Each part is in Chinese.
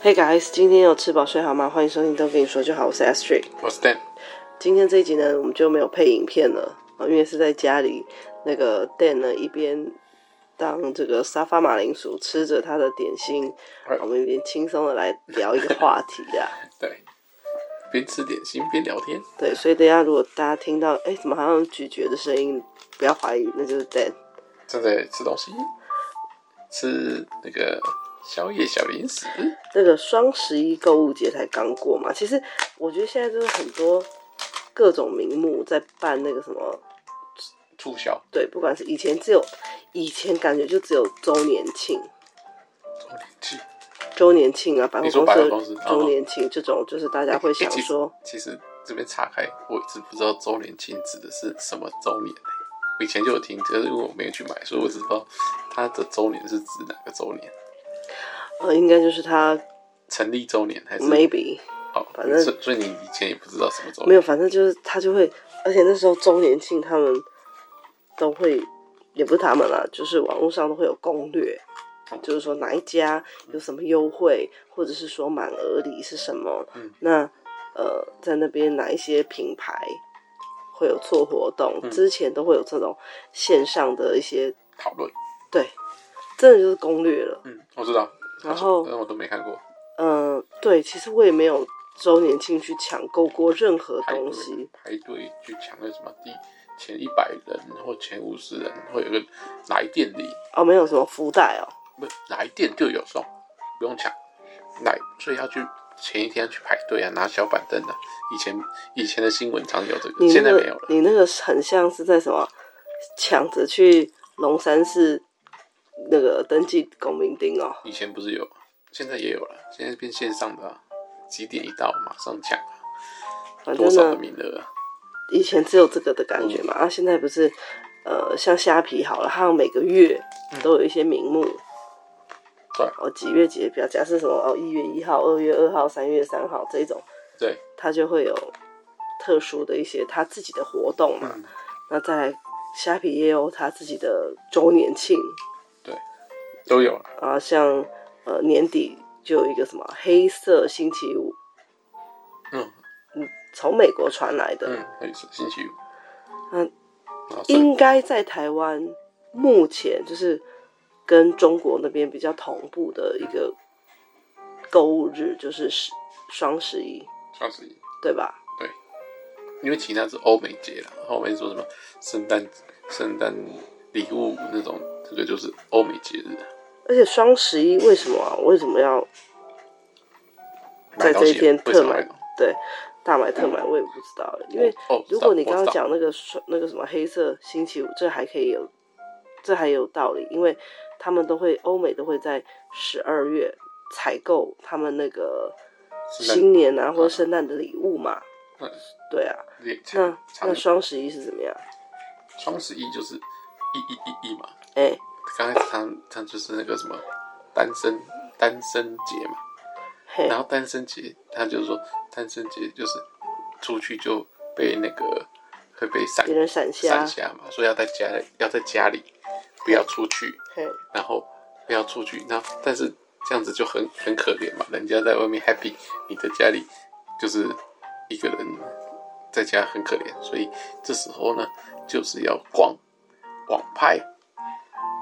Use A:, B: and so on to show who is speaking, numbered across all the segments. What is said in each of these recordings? A: 嘿、hey、guys，今天有吃饱睡好吗？欢迎收听都跟你说就好，我是 S t r i
B: 我是 Dan，
A: 今天这一集呢，我们就没有配影片了啊，因为是在家里，那个 Dan 呢一边当这个沙发马铃薯吃着他的点心，啊
B: 哎
A: 我们一边轻松的来聊一个话题啊。
B: 对，边吃点心边聊天，
A: 对，所以等一下如果大家听到哎、怎么好像有咀嚼的声音，不要怀疑，那就是 Dan。
B: 正在吃东西，吃那个宵夜小零食。
A: 那个双十一购物节才刚过嘛，其实我觉得现在就是很多各种名目在办那个什么
B: 促销，
A: 对，不管是以前只有以前感觉就只有周年庆、
B: 周年庆
A: 周年庆啊，百货
B: 你说
A: 公司的
B: 百货公司哦
A: 周年庆这种，就是大家会想
B: 欸欸
A: 说，
B: 其实这边岔开，我一直不知道周年庆指的是什么周年、欸我以前就有听，可是因为我没有去买，所以我只知道它的周年是指哪个周年，
A: 呃，应该就是他
B: 成立周年还是？
A: maybe
B: 哦，
A: 反正
B: 所以所以你以前也不知道什么周
A: 没
B: 年，
A: 有，反正就是他就会，而且那时候周年庆他们都会，也不是他们啦，就是网络上都会有攻略，就是说哪一家有什么优惠，或者是说满额礼是什么，
B: 嗯
A: 那呃在那边哪一些品牌会有做活动，
B: 嗯
A: 之前都会有这种线上的一些，
B: 讨论。
A: 对，真的就是攻略了。
B: 嗯，我知道。
A: 然后
B: 但我都没看过。
A: 嗯、对，其实我也没有周年庆去抢购过任何
B: 排
A: 东
B: 队
A: 西。
B: 排队去抢那什么第前一百人或前五十人，会有个来店里，
A: 哦，没有什么福袋哦。
B: 不来店就有送，不用抢。来，所以要去前一天去排队啊，拿小板凳啊。以前以前的新闻常有这个，
A: 你那
B: 现在
A: 个
B: 没有了。
A: 你那个很像是在什么抢着去龙山寺那个登记公民丁哦。
B: 以前不是有，现在也有了，现在变线上的啊、几点一到马上抢啊、
A: 反
B: 多
A: 正
B: 少嗯
A: 呢
B: 的，名额、啊？
A: 以前只有这个的感觉嘛，啊，现在不是呃，像虾皮好了，它每个月都有一些名目。
B: 嗯对
A: 哦，几月几日表，假设什么哦，一月一号、二月二号、三月三号这一种，
B: 对，
A: 它就会有特殊的一些它自己的活动嘛。
B: 嗯
A: 那再来，虾皮也有它自己的周年庆，
B: 都有了。
A: 啊，像呃年底就有一个什么黑色星期五，
B: 嗯
A: 从美国传来的，
B: 嗯，那也是星期五。
A: 嗯
B: 然后所以，
A: 应该在台湾目前就是跟中国那边比较同步的一个购物日，就是十双十一，
B: 双十一。
A: 对吧？
B: 因为其他是欧美节啦，后面说什么圣诞、圣诞礼物那种，这个就是欧美节日，
A: 而且双十一为什么啊？为什么要在这
B: 买东
A: 一
B: 西
A: 天
B: 为什
A: 特
B: 么
A: 买
B: 买东西？
A: 对大买特买？我也不知道，因为
B: 哦，
A: 如果你
B: 我知
A: 刚刚
B: 道
A: 讲那个双那个什么黑色星期五，这还可以有，这还有道理，因为他们都会欧美都会在十二月采购他们那个
B: 圣诞
A: 新年啊或者圣诞的礼物嘛。
B: 嗯
A: 对啊，
B: 也
A: 那
B: 常
A: 那双十一是怎么样？
B: 双十一就是一一一一嘛，
A: 哎、
B: 刚开始他他就是那个什么单身单身节嘛，
A: 嘿
B: 然，后单身节他就是说单身节就是出去就被那个会被闪
A: 别人闪瞎
B: 闪，瞎嘛，所以要在家要在家里不要出去。
A: 嘿，
B: 然后不要出去，那但是这样子就很很可怜嘛，人家在外面 happy，你在家里就是一个人在家很可怜，所以这时候呢，就是要逛网拍，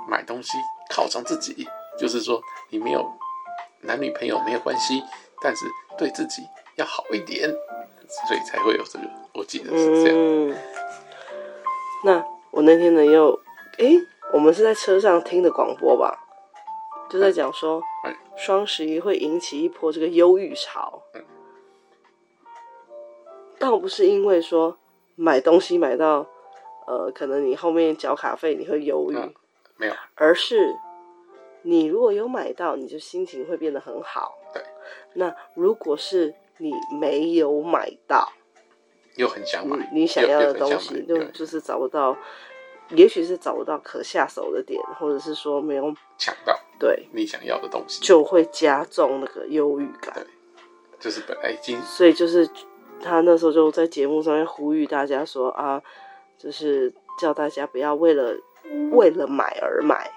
B: 买东西犒赏自己，就是说你没有男女朋友没有关系，但是对自己要好一点，所以才会有这个，我记得是这样，
A: 嗯，那我那天呢又，诶，我们是在车上听的广播吧，就在讲说
B: 嗯
A: 双十一会引起一波这个忧郁潮
B: 嗯，
A: 倒不是因为说买东西买到，呃，可能你后面缴卡费你会忧郁，
B: 嗯没有，
A: 而是你如果有买到，你就心情会变得很好。
B: 对，
A: 那如果是你没有买到，
B: 又很想买，
A: 你你想要的
B: 又又
A: 东
B: 很想
A: 西
B: 买，
A: 就
B: 对
A: 就是找不到，也许是找不到可下手的点，或者是说没有
B: 抢到
A: 对，
B: 你想要的东西，
A: 就会加重那个忧郁感
B: 对。就是本来已经
A: 所以就是他那时候就在节目上面呼吁大家说啊，就是叫大家不要为了为了买而买，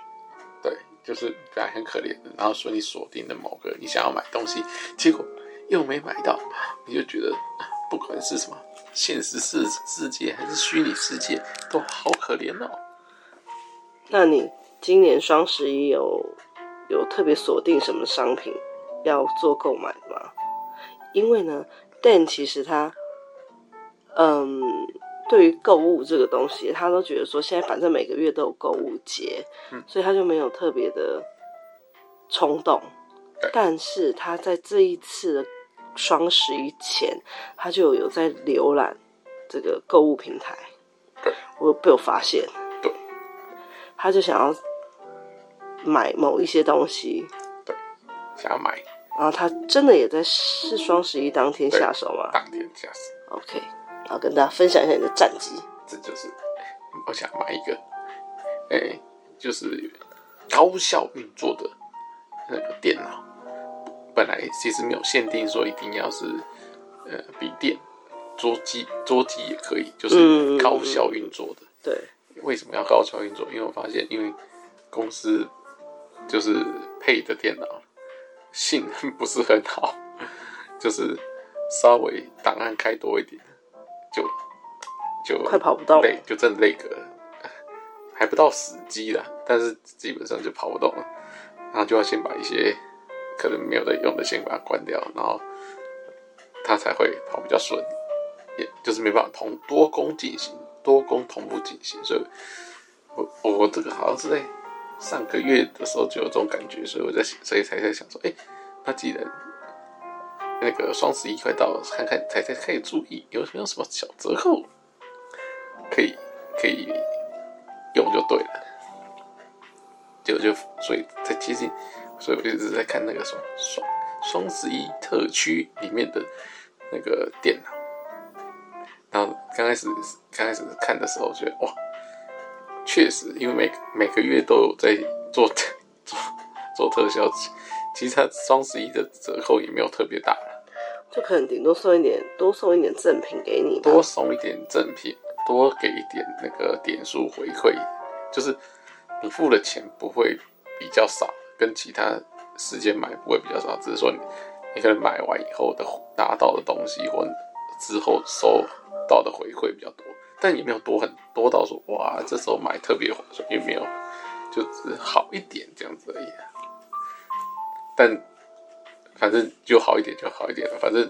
B: 对，就是本来很可怜的，然后说你锁定了某个你想要买东西，结果又没买到，你就觉得啊不管是什么现实世世界还是虚拟世界，都好可怜哦。
A: 那你今年双十一有有特别锁定什么商品要做购买吗？因为呢，Dan 其实他，嗯，对于购物这个东西，他都觉得说现在反正每个月都有购物节，
B: 嗯
A: 所以他就没有特别的冲动
B: 对。
A: 但是他在这一次的双十一前，他就有在浏览这个购物平台
B: 对，
A: 我被我发现，
B: 对，
A: 他就想要买某一些东西，
B: 想要买
A: 然后他真的也在是双十一当天
B: 对
A: 下手吗？
B: 当天价值，
A: OK，然后跟大家分享一下你的战绩。
B: 这就是我想买一个，哎、就是高效运作的那个电脑。本来其实没有限定说一定要是呃笔电、桌机、桌机也可以，就
A: 嗯嗯
B: 是
A: 嗯
B: 高效运作的。
A: 对，
B: 为什么要高效运作？因为我发现，因为公司就是配的电脑性能不是很好， 就是稍微档案开多一点，就就
A: 快跑不动了
B: 累，就真的累格了，还不到死机啦，但是基本上就跑不动了，然后就要先把一些可能没有在用的先把它关掉，然后它才会跑比较顺，也就是没办法同多工进行，多工同步进行，所以我我我这个好像是在上个月的时候就有这种感觉，所以我在所以才在想说，哎、那既然那个双十一快到了，看看才才可以注意有没有什么小折扣可以可以用就对了。就就所以在接近，所以我就一直在看那个什么双双十一特区里面的那个电脑。然后刚开始刚开始看的时候，觉得哇，确实，因为每每个月都有在做 做做特效，其其实它双十一的折扣也没有特别大，
A: 就可能顶多送一点，多送一点赠品给你吧。
B: 多送一点赠品，多给一点那个点数回馈，就是你付的钱不会比较少，跟其他时间买不会比较少，只是说你你可能买完以后的拿到的东西或之后收到的回馈比较多，但也没有多很多到说哇这时候买特别划算，也没有，就只是好一点这样子而已啊、但反正就好一点就好一点了，反正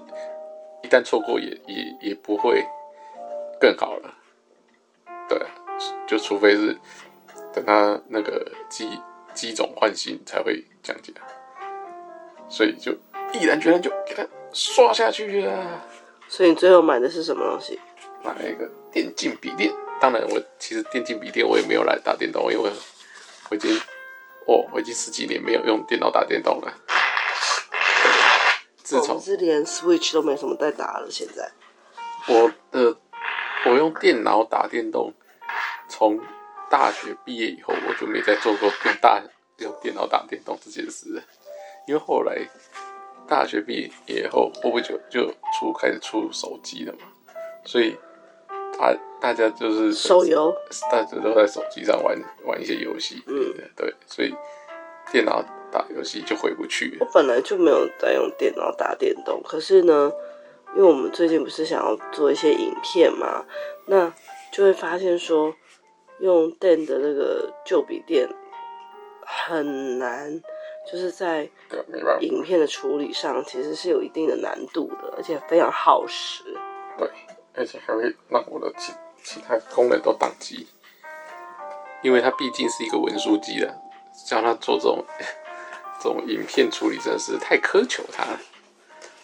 B: 一旦错过也也也不会更好了。对，就除非是等他那个机机种换新才会降价，所以就毅然决然就给他刷下去了。
A: 所以你最后买的是什么东西？
B: 买了一个电竞笔电，当然我其实电竞笔电我也没有来打电动，因为我我已经哦我已经十几年没有用电脑打电动了。自
A: 我
B: 从
A: 们是连 Switch 都没什么在打了，现在
B: 我的我用电脑打电动，从大学毕业以后，我就没再做过用大用电脑打电动这件事了，因为后来大学毕业以后，我不久就出开始出手机了嘛，所以大大家就是
A: 手游
B: 大家都在手机上玩玩一些游戏，
A: 嗯
B: 对，所以电脑打游戏就回不去
A: 我
B: 了，
A: 本来就没有在用电脑打电动，可是呢，因为我们最近不是想要做一些影片嘛，那就会发现说，用 Dan 的那个旧笔电很难，就是在
B: 对，没办法，
A: 影片的处理上其实是有一定的难度的，而且非常耗时。
B: 对，而且还会让我的其其他功能都宕机，因为它毕竟是一个文书机的，叫它做这种这种影片处理真的是太苛求它了，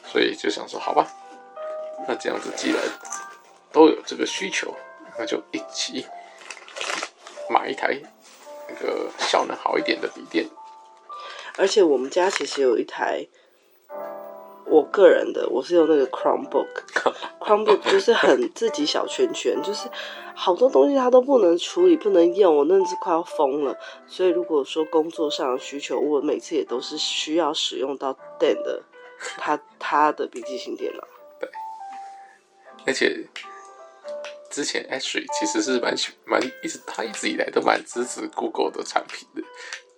B: 所以就想说好吧，那这样子既然都有这个需求，那就一起买一台那个效能好一点的笔电，
A: 而且我们家其实有一台，我个人的，我是用那个 Chromebook，Chromebook 就是很自己小圈圈，就是好多东西它都不能处理、不能用，我真的是快要疯了。所以如果说工作上的需求，我每次也都是需要使用到 Dan 的他他的笔记型电脑。
B: 而且之前 Ashley 其实是蛮喜蛮一直他一直以来都蛮支持 Google 的产品的，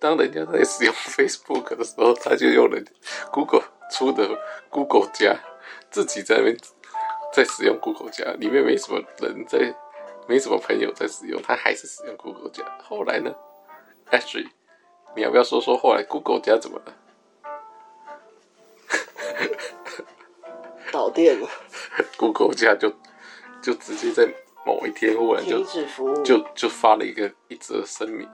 B: 当人家在使用 Facebook 的时候，他就用人 Google 出的 Google 家，自己在那边在使用 Google 家，里面没什么人在，没什么朋友在使用，他还是使用 Google 家。后来呢，Ashley，你要不要说说后来 Google 家怎么了？
A: 导电了，
B: Google 家就就直接在某一天忽然就
A: 停止服务，
B: 就就发了一个一则声明，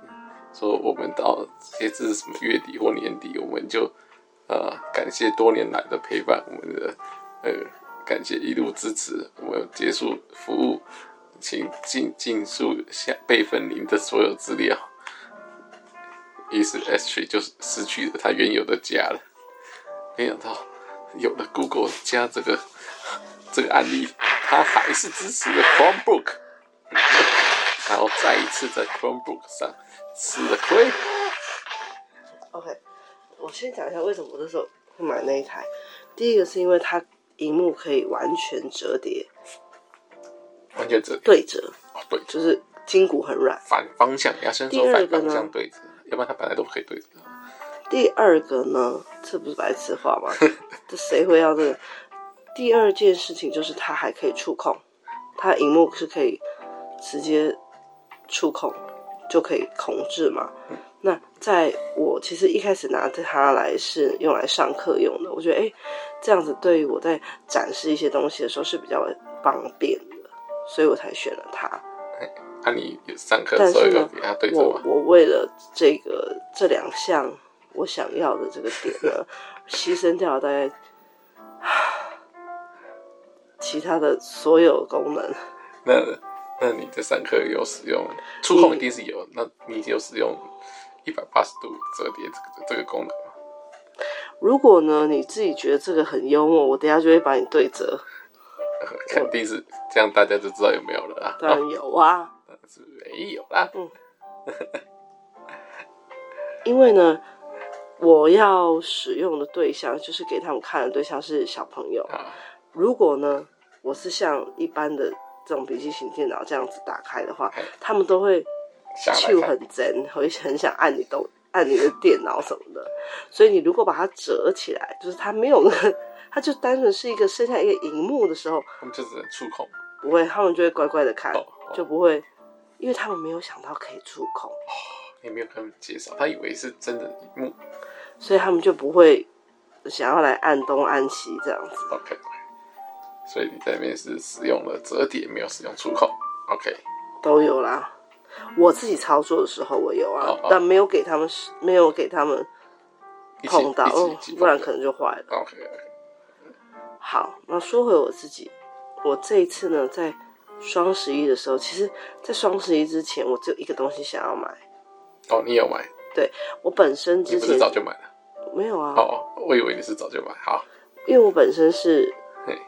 B: 说我们到截至什么月底或年底，我们就呃感谢多年来的陪伴，我们的呃感谢一路支持，我们结束服务，请尽尽速下备份您的所有资料。于是 S t r e 就失去了它原有的家了。没想到有了 Google 加这个这个案例，它还是支持了 Chromebook，然后再一次在 Chromebook 上吃了亏。
A: OK，我先讲一下为什么我那时候会买那一台。第一个是因为它荧幕可以完全折叠
B: 完全折叠，
A: 对折，
B: 哦对折，
A: 就是筋骨很软。
B: 反方向，你要先说
A: 第二
B: 反
A: 个呢
B: 方向对折，要不然它本来都不可以对折。
A: 第二个呢，这不是白痴话吗？这谁会要这个？第二件事情就是它还可以触控，它荧幕是可以直接触控就可以控制嘛。那在我其实一开始拿着它来是用来上课用的，我觉得诶，这样子对于我在展示一些东西的时候是比较方便的，所以我才选了它。
B: 那、你有上课的时候
A: 但是呢
B: 有给它对折
A: 我
B: 吗？
A: 我为了这个这两项我想要的这个点呢， 牺牲掉大概其他的所有功能。
B: 那那你在上课有使用触控一定是有，那你有使用一百八十度折叠这个这个功能吗？
A: 如果呢你自己觉得这个很幽默，我等一下就会把你对折。
B: 肯定是这样，大家就知道有没有了啦。
A: 当然有啊，
B: 哦是没有啦。
A: 因为呢我要使用的对象就是给他们看的对象是小朋友。
B: 啊，
A: 如果呢，我是像一般的这种笔记型电脑这样子打开的话，
B: 哎
A: 他们都会
B: 下
A: 就
B: 来看
A: 很真，会很想按你东按你的电脑什么的。所以你如果把它折起来，就是它没有那个，它就单纯是一个剩下一个荧幕的时候，
B: 他们就只能触控。
A: 不会，他们就会乖乖的看
B: 哦，哦
A: 就不会，因为他们没有想到可以触控，
B: 你没有跟他们介绍，他以为是真的荧幕。
A: 所以他们就不会想要来按东按西这样子。
B: OK，所以你在那边是使用了折叠，没有使用触控。OK，
A: 都有啦。我自己操作的时候我有啊，
B: 哦哦
A: 但没有给他们，没有给他们
B: 一起
A: 碰到，
B: 一起
A: 哦
B: 一起，
A: 不然可能就坏了。
B: OK，
A: 好，那说回我自己，我这一次呢，在双十一的时候，其实，在双十一之前，我只有一个东西想要买。
B: 哦，你有买？
A: 我本身
B: 你
A: 之
B: 不
A: 前
B: 是早就买了？
A: 没有啊，
B: 哦，我以为你是早就买。好，
A: 因为我本身是
B: 嘿，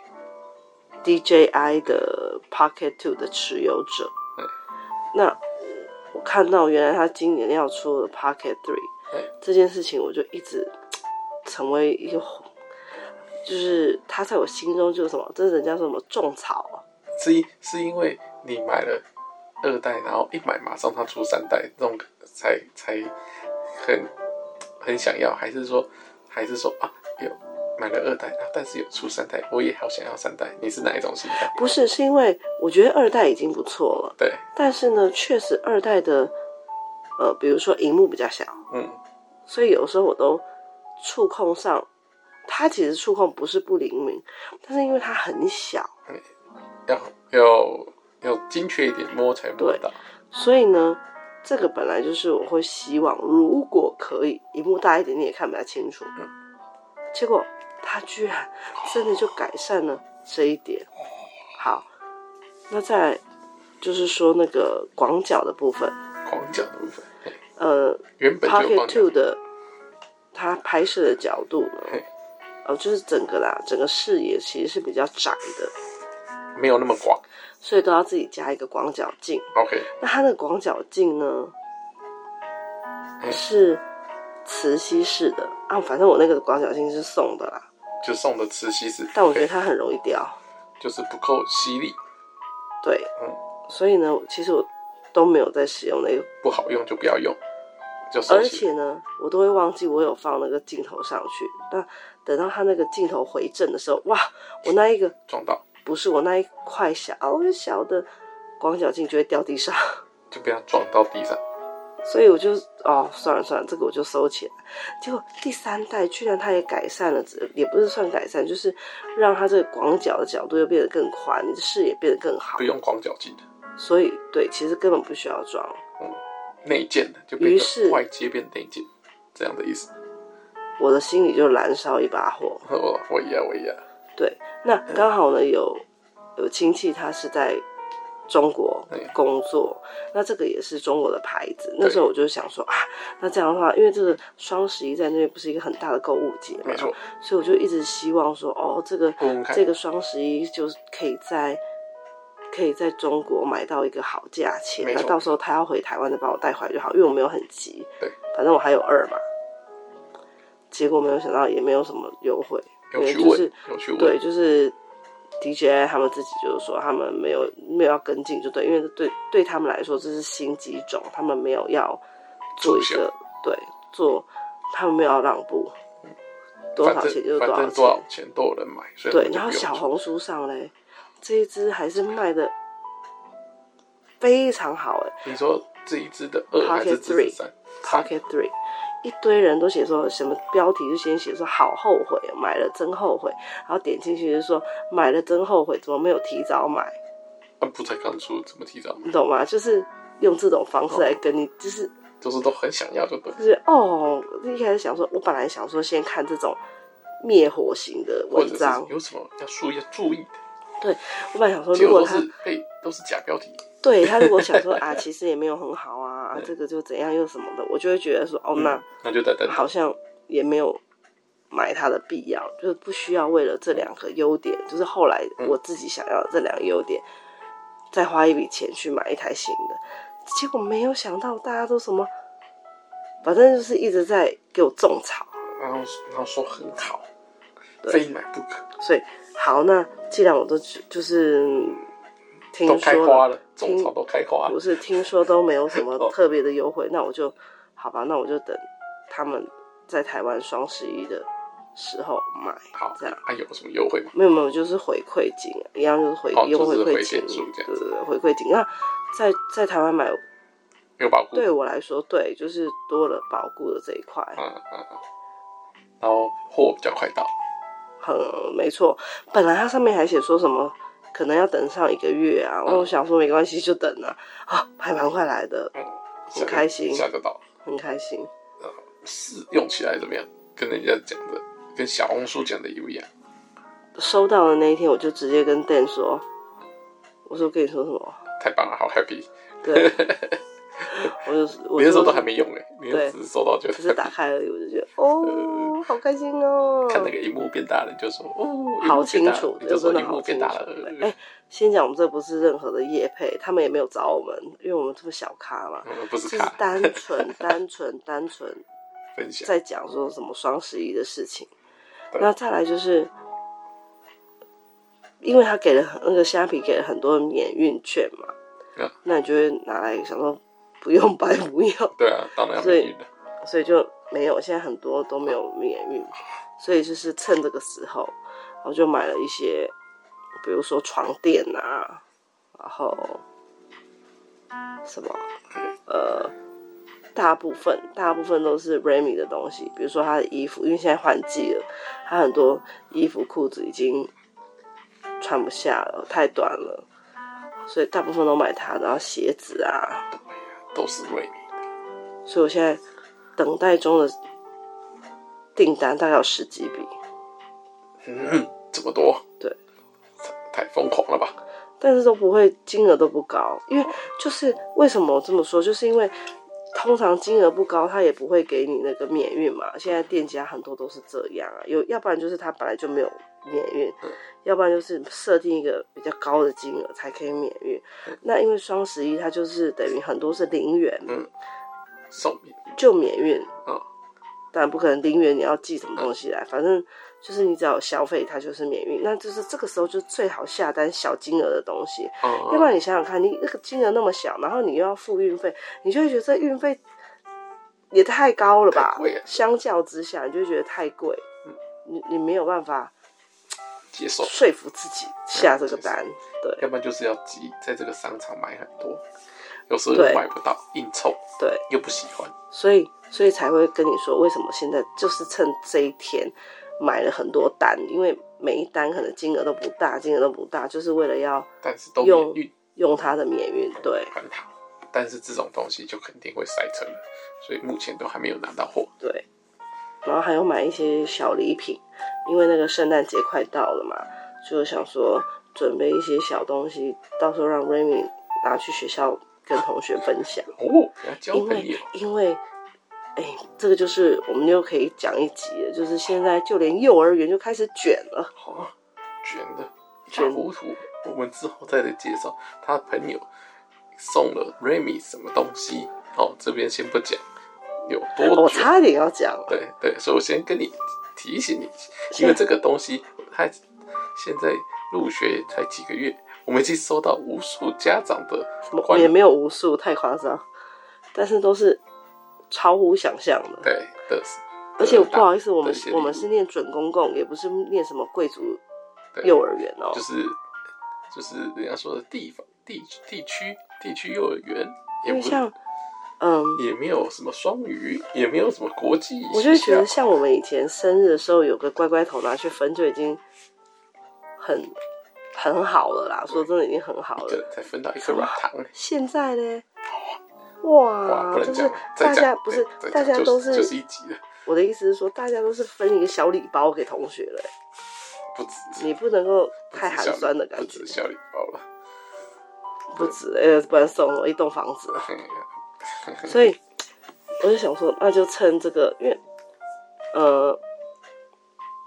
A: DJI 的 Pocket Two 的持有者
B: 嗯。
A: 那我看到原来他今年要出了 Pocket Three
B: 嗯
A: 这件事情，我就一直成为一个，就是他在我心中就是什么，这人家说什么种草啊，
B: 是因是因为你买了二代，然后一买马上它出三代，这种才才很很想要，还是说还是说啊有买了二代啊，但是有出三代，我也好想要三代，你是哪一种心态？
A: 不是，是因为我觉得二代已经不错了，
B: 对，
A: 但是呢，确实二代的，呃，比如说荧幕比较小，
B: 嗯，
A: 所以有时候我都触控上，它其实触控不是不灵敏，但是因为它很小，
B: 要要要精确一点，摸才摸得到。
A: 所以呢，这个本来就是我会希望，如果可以，荧幕大一点，你也看比较清楚。结果它居然真的就改善了这一点。好，那再来就是说那个广角的部分，
B: 广角的部分，嘿
A: 呃，
B: 原本就有
A: Pocket
B: 广角
A: Two 的它拍摄的角度呢
B: 嘿，
A: 呃，就是整个啦，整个视野其实是比较窄的，
B: 没有那么广。
A: 所以都要自己加一个广角镜。
B: OK，
A: 那它的广角镜呢
B: 嗯
A: 是磁吸式的啊，反正我那个广角镜是送的啦，
B: 就送的磁吸式，
A: 但我觉得
B: OK，
A: 它很容易掉。
B: 就是不够犀利，
A: 对
B: 嗯，
A: 所以呢，其实我都没有在使用那个，
B: 不好用就不要用。就收
A: 而
B: 起
A: 且
B: 来。
A: 呢，我都会忘记我有放那个镜头上去。那等到他那个镜头回正的时候，哇，我那一个
B: 撞到
A: 不是我那一块小小的广角镜就会掉地上，
B: 就被他撞到地上，
A: 所以我就哦算了算了，这个我就收起来。结果第三代居然它也改善了，只也不是算改善，就是让它这个广角的角度又变得更宽，你的视野变得更好
B: 不。用广角镜的，
A: 所以对，其实根本不需要装。
B: 内建的就
A: 于
B: 变
A: 是
B: 成外接变内建，这样的意思。
A: 我的心里就燃烧一把火。
B: 我我一样我一样，
A: 对，那刚好呢有有亲戚他是在中国
B: 对
A: 工作，那这个也是中国的牌子。那时候我就想说啊，那这样的话，因为这个双十一在那边不是一个很大的购物节嘛
B: 没，错，
A: 所以我就一直希望说，哦，这个
B: 问问看
A: 这个双十一就是可以在。可以在中国买到一个好价钱，
B: 没
A: 那
B: 错
A: 到时候他要回台湾再帮我带回来就好，因为我没有很急，
B: 对，
A: 反正我还有二嘛。结果没有想到也没有什么优惠，
B: 有去
A: 啊就是
B: 问，有去
A: 对，
B: 问，
A: 就是 DJI 他们自己就是说他们没有没有要跟进，就对，因为对对他们来说这是新机种，他们没有要做一
B: 促销
A: 个对做，他们没有要让步，多
B: 反
A: 少钱就是
B: 正反
A: 多
B: 正多
A: 少
B: 少
A: 钱，
B: 钱都有人买，所以
A: 对
B: 我，就
A: 然后
B: 不用
A: 小
B: 做
A: 红书上嘞这一只还是卖的非常好哎
B: 你说这一支的二
A: Pocket
B: 还是这支三？它
A: ，Pocket Three。一堆人都写说什么标题就先写说好后悔哦，买了真后悔，然后点进去就说买了真后悔，怎么没有提早买？
B: 它不才刚出，怎么提早买
A: 你？懂吗？就是用这种方式来跟你，就是
B: 就是都很想要，就对。
A: 就是哦，一开始想说，我本来想说先看这种灭火型的
B: 或
A: 文
B: 者
A: 章
B: 是，有什么要注意要注意的，
A: 我本来想说，
B: 结
A: 如
B: 果
A: 果
B: 都
A: 他
B: 是被都是假标题，
A: 对他如果想 说啊，其实也没有很好啊，啊这个就怎样又什么的，我就会觉得说，
B: 嗯
A: 哦，那
B: 那就等等。
A: 好像也没有买它的必要，就是不需要为了这两个优点，就是后来
B: 嗯
A: 我自己想要的这两个优点，再花一笔钱去买一台新的。结果没有想到，大家都什么，反正就是一直在给我种草。
B: 然后然后说很好，
A: 对
B: 非买不可，
A: 所以好，那既然我都只就是
B: 都
A: 听
B: 开
A: 说
B: 花
A: 了，
B: 了，种草都开花
A: 不
B: 了，
A: 是听说都没有什么
B: 哦
A: 特别的优惠，那我就好吧，那我就等他们在台湾双十一的时候买。
B: 好，
A: 这样
B: 还有什么优惠吗？
A: 没有没有，就是回馈金，一样就是回
B: 哦
A: 用
B: 就是
A: 馈
B: 回
A: 金，
B: 点数这样
A: 对对对，回馈金。那在在台湾买，
B: 没有保护，
A: 对我来说，对，就是多了保固的这一块，
B: 嗯嗯嗯，然后货比较快到，
A: 很没错。本来它上面还写说什么可能要等上一个月啊，
B: 嗯
A: 我想说没关系，就等啊，啊，还蛮快来的，
B: 嗯，
A: 很开心
B: 一下就到了。
A: 很开心。
B: 试用起来怎么样？跟人家讲的，跟小红书讲的一不一样？
A: 收到的那一天，我就直接跟 Dan 说，我说跟你说什么？
B: 太棒了，好 happy！
A: 对，我就我
B: 你那时候都
A: 就
B: 还没用哎，你
A: 对
B: 就只是收到就
A: 只是打开而已，我就觉得 哦，好开心哦。
B: 嗯看那个荧幕变大了，你就说哦，
A: 好清楚
B: 荧幕变大了你
A: 这
B: 就说
A: 真的
B: 荧幕变大了呃
A: 好清楚。对哎先讲，我们这不是任何的业配，他们也没有找我们，因为我们这么小咖嘛，
B: 嗯不
A: 就是是
B: 卡
A: 单纯、单纯、单 纯
B: 分享，
A: 在讲说什么双十一的事情。
B: 对
A: 那再来就是，因为他给了很那个虾皮给了很多免运券嘛，
B: 嗯
A: 那你就会拿来想说不用 白不用，
B: 对啊，当然要
A: 所以
B: 免运的，
A: 所以就没有，现在很多都没有免运，所以就是趁这个时候，然后就买了一些，比如说床垫啊，然后什么呃，大部分大部分都是 Remy 的东西，比如说他的衣服，因为现在换季了，他很多衣服裤子已经穿不下了，太短了。所以大部分都买它，然后鞋子啊，
B: 都是瑞米，
A: 所以我现在等待中的订单大概有十几笔，
B: 嗯，这么多，
A: 对
B: 太，太疯狂了吧？
A: 但是都不会金额都不高，因为就是为什么我这么说，就是因为通常金额不高，他也不会给你那个免运嘛。现在店家很多都是这样啊，有要不然就是他本来就没有免运，要不然就是设定一个比较高的金额才可以免运。那因为双十一它就是等于很多是零元
B: 嗯送免运，
A: 就免运，
B: 嗯，
A: 但不可能零元你要寄什么东西来，反正就是你只要有消费，它就是免运。那就是这个时候就最好下单小金额的东西，要不
B: 嗯，
A: 然你想想看，你那个金额那么小，然后你又要付运费，你就会觉得这运费也太高了吧
B: 太贵了？嗯
A: 相较之下，你就会觉得太贵，你你没有办法
B: 接受，
A: 说服自己下
B: 嗯
A: 这个单。
B: 要
A: 对
B: 不然就是要急，在这个商场买很多，有时候
A: 对
B: 又买不到，硬凑
A: 对，
B: 又不喜欢，
A: 所以所以才会跟你说，为什么现在就是趁这一天买了很多单，因为每一单可能金额都不大，金额都不大，就是为了要
B: 但是都
A: 用
B: 免运
A: 用它的免运。对
B: 很好。但是这种东西就肯定会塞车了，所以目前都还没有拿到货。
A: 对，然后还有买一些小礼品，因为那个圣诞节快到了嘛，就想说准备一些小东西，到时候让 Remy 拿去学校跟同学分享。
B: 哦，不要交
A: 因
B: 朋
A: 为
B: 友，
A: 因为，哎，这个就是我们又可以讲一集了，就是现在就连幼儿园就开始卷了，
B: 哦，卷的
A: 卷
B: 卷糊涂。我们之后再来介绍他朋友送了 Remy 什么东西。哦，这边先不讲有
A: 哦我
B: 多卷。
A: 差点要讲了。
B: 对对，所以我先跟你提醒你，
A: 是
B: 因为这个东西它现在入学才几个月，我们已经收到无数家长的
A: 我
B: 关
A: 也没有无数，太夸张，但是都是超乎想象的。
B: 对的，
A: 而且不好意思，我们
B: 的协
A: 是
B: 力
A: 我们是念准公共，也不是念什么贵族
B: 对
A: 幼儿园哦。
B: 就是就是人家说的地方地地区地区幼儿园，也
A: 因为
B: 不
A: 像，嗯，
B: 也没有什么双语，也没有什么国际学校，
A: 我就会觉得像我们以前生日的时候，有个乖乖头拿去分，就已经很很好了啦。说真的，已经很好
B: 一
A: 了。
B: 个才分到一颗软糖，
A: 现在呢，
B: 哇，
A: 哇，啊
B: 不
A: 就
B: 能
A: 是
B: 讲，
A: 大
B: 再
A: 家
B: 讲
A: 不是
B: 对再
A: 大
B: 讲
A: 家
B: 就
A: 都
B: 是就是一集了，
A: 我的意思是说，大家都是分一个小礼包给同学了欸，
B: 不止
A: 你不能够
B: 不止
A: 太寒
B: 小
A: 酸的感
B: 不
A: 觉
B: 止，小礼包了。
A: 不止，呃，不然送我一栋房子。
B: 嗯
A: 所以我就想说，那就趁这个，因为呃，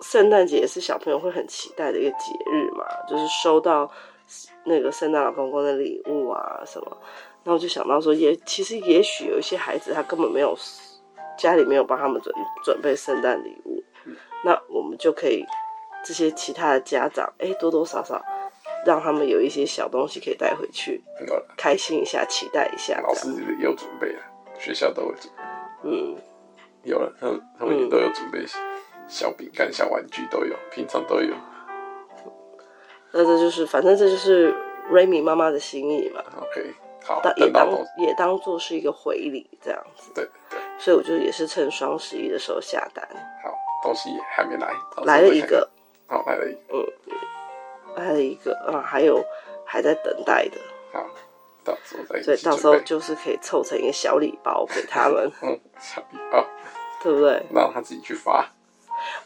A: 圣诞节也是小朋友会很期待的一个节日嘛，就是收到那个圣诞老公公的礼物啊什么。然后我就想到说也，其实也许有一些孩子他根本没有家里没有帮他们准准备圣诞礼物，那我们就可以这些其他的家长，哎，多多少少让他们有一些小东西可以带回去，
B: 有了，
A: 开心一下，期待一下。
B: 老师也有准备了，学校都有准
A: 这样，嗯。
B: 有了，他们他们也都有准备小饼干、小玩具都有，平常都有。
A: 那这就是，反正这就是 Remy 妈妈的心意嘛，
B: OK，好，
A: 当也
B: 等到
A: 当
B: 东西，
A: 也当做是一个回礼这样子。
B: 对对，
A: 所以我就也是趁双十一的时候下单，
B: 好，东西也还没来，到时候
A: 来了一
B: 再看
A: 个，
B: 看，好，来了一个，
A: 来了一个啊，还有还在等待的，
B: 好，到时候再一
A: 所以
B: 起
A: 到时候
B: 准备。，
A: 就是可以凑成一个小礼包给他们
B: 嗯，小饼包
A: 对不对？
B: 让他自己去发，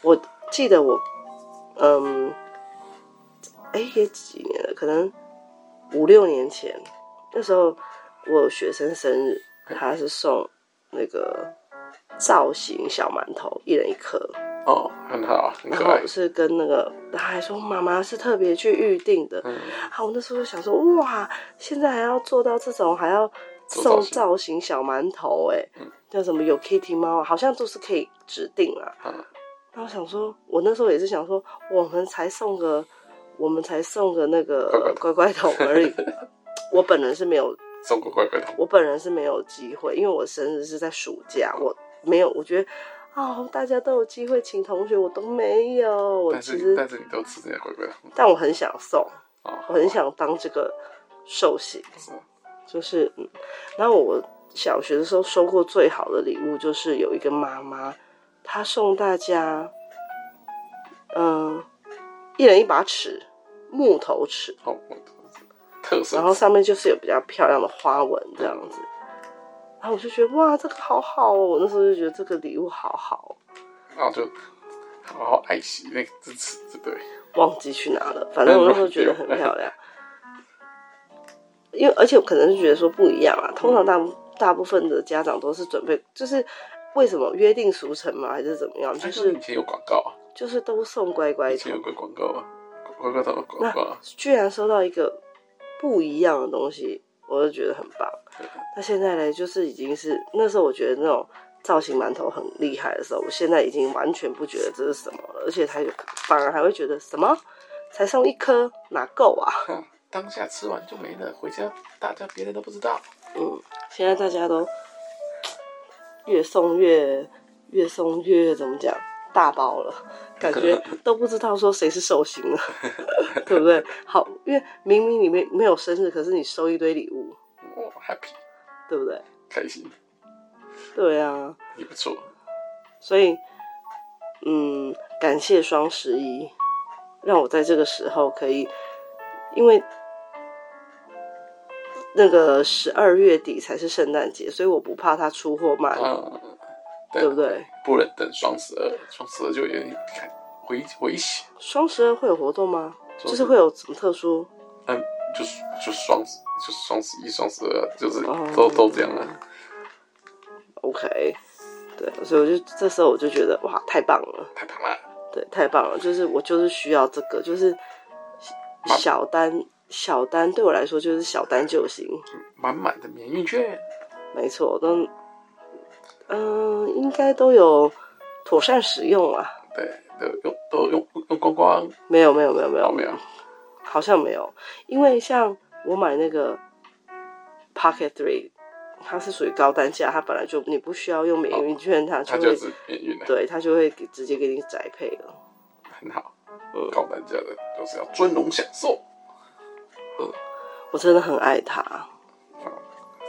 A: 我记得我，嗯，哎，也几年了，可能五六年前，那时候我有学生生日，他是送那个造型小馒头，一人一颗，
B: 哦，很好，很
A: 然
B: 可爱
A: 后，是跟那个，他还说妈妈是特别去预定的，
B: 嗯，
A: 啊，我那时候就想说，哇，现在还要做到这种，还要送
B: 做造型
A: 造型小馒头、哎、
B: 嗯
A: 叫什么有 Kitty 猫啊，好像都是可以指定啊。
B: 好，
A: 然后想说，我那时候也是想说，我们才送个，我们才送个那个乖乖桶而 已。我本人是没有，
B: 送个乖乖桶，
A: 我本人是没有机会，因为我生日是在暑假，我没有，我觉得。哦，大家都有机会请同学，我都没有。我
B: 但是
A: 其
B: 你
A: 实，
B: 但是你都吃这些乖乖桶，
A: 但我很想送，
B: 哦，
A: 我很想当这个寿星，
B: 是吗
A: 就是嗯。然后我小学的时候收过最好的礼物，就是有一个妈妈，她送大家，嗯、一人一把尺，木头尺，
B: 好，我特色
A: 然后上面就是有比较漂亮的花纹这样子。然后我就觉得哇，这个好好哦！我那时候就觉得这个礼物好好，哦
B: 然后就好好爱惜那个支持，对不对？
A: 忘记去拿了。反正我那时候觉得很漂亮， 因为而且我可能是觉得说不一样
B: 嗯
A: 啊。通常大部大部分的家长都是准备，就是为什么约定俗成嘛，还是怎么样？就
B: 就是是以前有广告啊，
A: 就是都送乖乖
B: 哎以前有
A: 桶，
B: 个广告啊，广告头的广
A: 那
B: 告啊，
A: 居然收到一个不一样的东西，我就觉得很棒。那现在呢，就是已经是那时候我觉得那种造型馒头很厉害的时候，我现在已经完全不觉得这是什么了，而且还有反而还会觉得什么才送一颗哪够啊？
B: 哼当下吃完就没了，回家大家别人都不知道，
A: 嗯，现在大家都越送越越送越怎么讲大包了，感觉都不知道说谁是寿星了， 对不对？好，因为明明你没没有生日，可是你收一堆礼物，
B: 哦，happy，
A: 对不对？
B: 开心，
A: 对啊，
B: 也不错。
A: 所以嗯，感谢双十一，让我在这个时候可以，因为那个十二月底才是圣诞节，所以我不怕他出货慢，
B: 嗯，
A: 哎对不对？
B: 不能等双十二，双十二就有点看危危险。
A: 双十二会有活动吗？
B: 就
A: 就是会有什么特殊？
B: 嗯，就是就双十就双十一、双十二，就是
A: 哦
B: 都都这样啊。
A: OK，对，所以我就这时候我就觉得哇，太棒了，
B: 太棒了，
A: 对，太棒了，就是我就是需要这个，就是
B: 妈
A: 小单小单对我来说就是小单救星，
B: 满满的免运券，
A: 没错，都嗯、应该都有妥善使用啊，
B: 对，都用都用用光光，
A: 没有没有没有没
B: 有
A: 有
B: 没有？
A: 好像没有，因为像我买那个 Pocket Three，它是属于高单价，它本来就你不需要用免运券，它
B: 它
A: 就
B: 就
A: 会
B: 是免运的，
A: 对它就会给直接给你宅配了。
B: 很好。
A: 嗯
B: 高单价的就是要尊荣享受，
A: 我真的很爱它，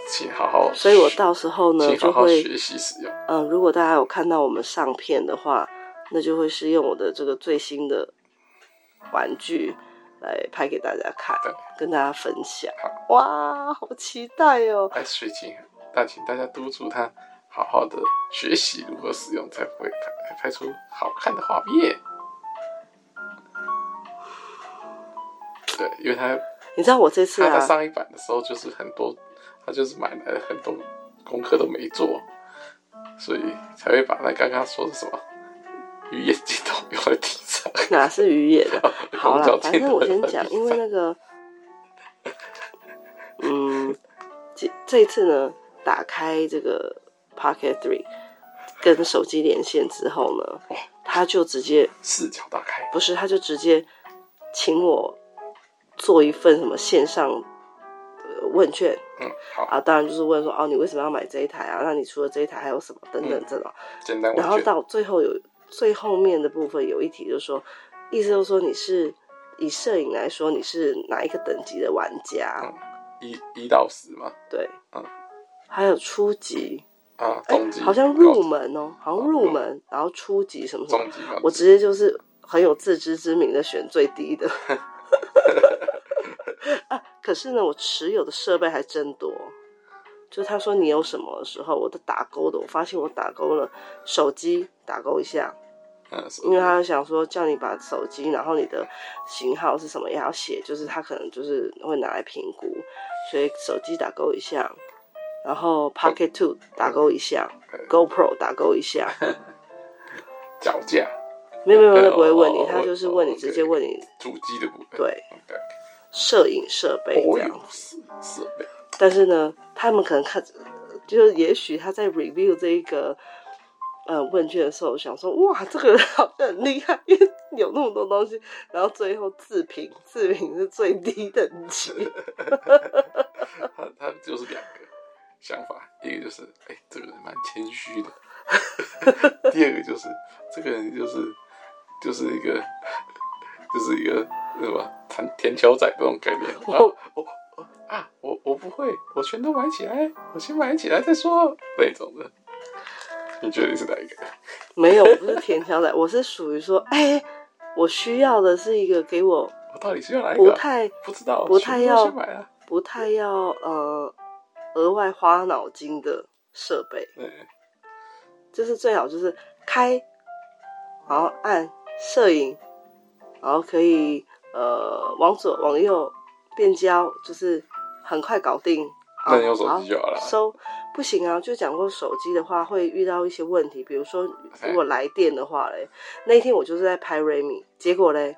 B: 请好好，
A: 所以我到时候呢
B: 请好
A: 就
B: 好
A: 会，
B: 学习使用。
A: 嗯，如果大家有看到我们上片的话，那就会是用我的这个最新的玩具来拍给大家看
B: 对，
A: 跟大家分享。哇，好期待哦！
B: 哎，所以请但请大家督促他好好的学习如何使用，才不会拍拍出好看的画面。对，因为他
A: 你知道我这次
B: 他在
A: 啊，
B: 上一版的时候就是很多，他就是买来了很多功课都没做，所以才会把他刚刚说的什么鱼眼镜头用在地上。
A: 哪是鱼野的？好啦
B: 公交，
A: 反
B: 镜
A: 正
B: 头
A: 我先
B: 用在
A: 讲，
B: 地
A: 因为
B: 上
A: 那个，嗯，这这一次呢，打开这个 Pocket Three 跟手机连线之后呢，他就直接
B: 视角打开，
A: 不是，他就直接请我做一份什么线上呃问卷，
B: 嗯，好，
A: 啊，当然就是问说哦，你为什么要买这一台啊？那你除了这一台还有什么等等
B: 嗯
A: 这种。
B: 简单
A: 然后
B: 完全，
A: 到最后有最后面的部分有一题就是说，意思就是说你是以摄影来说你是哪一个等级的玩家？
B: 嗯一一到十嘛，
A: 对，
B: 嗯
A: 还有初级，
B: 啊，
A: 哎
B: 中级，
A: 好像
B: 高
A: 入
B: 级
A: 门哦，好像
B: 哦
A: 入
B: 入
A: 门，然后初级什么什么，
B: 中级嘛，
A: 我直接就是很有自知之明的选最低 的。啊，可是呢，我持有的设备还真多。就他说你有什么的时候，我都打勾的。我发现我打勾了手机，打勾一下，
B: 嗯，
A: 因为他想说叫你把手机，然后你的型号是什么也要写，就是他可能就是会拿来评估，所以手机打勾一下，然后 Pocket Two 打勾一下，GoPro 打勾一下，
B: 脚架、
A: 没有没有没有，不会问你
B: 哦，
A: 他就是问你，直接问你
B: 主机的部分，
A: 对
B: 对，
A: 摄影设备
B: 我
A: 这
B: 嗯哦有
A: 样。
B: 设设备，
A: 但是呢，他们可能看，呃就是也许他在 review 这一个呃问卷的时候，想说哇，这个人好像很厉害，因为有那么多东西，然后最后自评，自评是最低等 级。
B: 他他就是两个想法，一个就是哎、这个人蛮谦虚的， 第二个就是这个人就是就是一个就是一个那什么弹田桥仔这种概念，然后我我啊我我不会，我全都买起来，我先买起来再说那种的。你觉得你是哪一个？
A: 没有，我不是田桥仔，我是属于说，哎、我需要的是一个给我
B: 我到底是要哪一
A: 不
B: 个？啊
A: 太
B: 不知道，
A: 不太
B: 全部
A: 要
B: 都先买啊。
A: 不太要呃额外花脑筋的设备。
B: 嗯，
A: 就是最好就是开，然后按摄影，然后可以呃往左往右变焦，就是很快搞定。
B: 那
A: 好
B: 你用手
A: 好
B: 机就好了。
A: 收不行啊，就讲过手机的话会遇到一些问题，比如说如果来电的话嘞，那一天我就是在拍 Remy，结果嘞，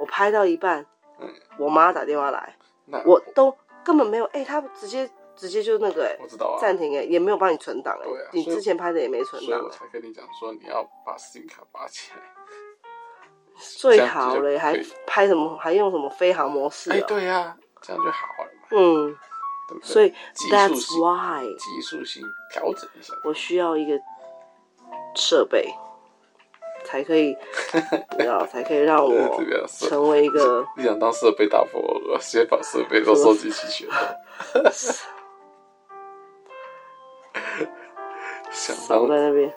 A: 我拍到一半
B: 嗯，
A: 我妈打电话来，
B: 那
A: 我都根本没有，哎、她直接直接就那个哎、
B: 我知道啊，
A: 暂停哎、也没有帮你存档哎、
B: 对啊
A: 你
B: 所以
A: 之前拍的也没存
B: 所以
A: 档、
B: 我
A: 哎
B: 才跟你讲说你要把 SIM 卡拔起来。
A: 最好嘞，
B: 这样
A: 还
B: 子就可以哎
A: 拍什么？还用什么飞行模式、啊？
B: 哎，对呀、这样就好了嘛。
A: 嗯，
B: 对不对？
A: 所以
B: 急速
A: that's
B: 性
A: why
B: 急速性调整一下，
A: 我需要一个设备，才可 以，你知道，才可以让我
B: 啊这个是
A: 成为一 个
B: 你想当设备大富翁，我先把设备都收集齐 全了。想
A: 我
B: 当
A: 在那边。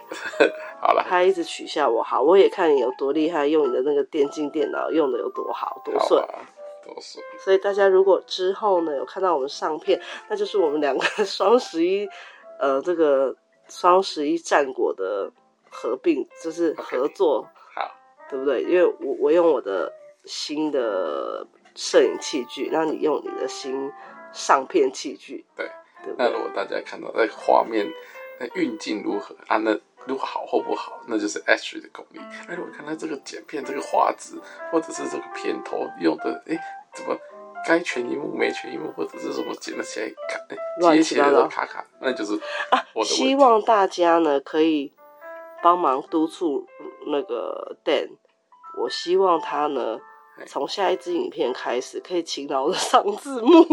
B: 好了，
A: 他一直取笑我好，我也看你有多厉害，用你的那个电竞电脑用的有多好多
B: 好啊
A: 顺。
B: 吧，多说
A: 所以大家如果之后呢有看到我们上片，那就是我们两个 双十一，呃，这个双十一战果的合并，就是合作，
B: 好，
A: 对不对？因为我我用我的新的摄影器具，那你用你的新上片器具，
B: 对
A: 对不
B: 那
A: 对
B: 如？果大家看到那个画面，那运镜如何啊？那如果好或不好，那就是 Ashley 的功力。哎，我看到这个剪片、这个画质，或者是这个片头用的，哎，怎么该全一幕没全一幕，或者是什么剪得起来卡，哎
A: 乱
B: 接
A: 七
B: 起
A: 八
B: 来
A: 糟
B: 都卡卡，那就是
A: 啊
B: 我，的问
A: 希
B: 题
A: 望大家呢可以帮忙督促那个 Dan，我希望他呢
B: 哎
A: 从下一支影片开始可以勤劳的 上字幕。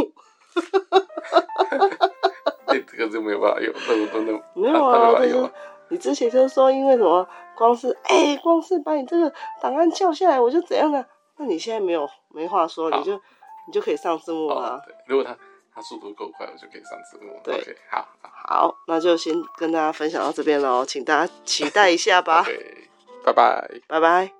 B: 哎，这个就没有办法用，那个真的
A: 没有
B: 他没
A: 啊，
B: 办法
A: 就
B: 用
A: 是。你之前就说因为什么，光是哎、光是把你这个档案叫下来我就怎样了，那你现在没有没话说，
B: 好
A: 你就你就可以上字幕了啊、
B: 哦，对，如果他他速度够快，我就可以上字幕。
A: 对
B: o k 好，好
A: 好，那就先跟大家分享到这边喽，请大家期待一下吧，
B: ，OK，拜拜。
A: 拜拜。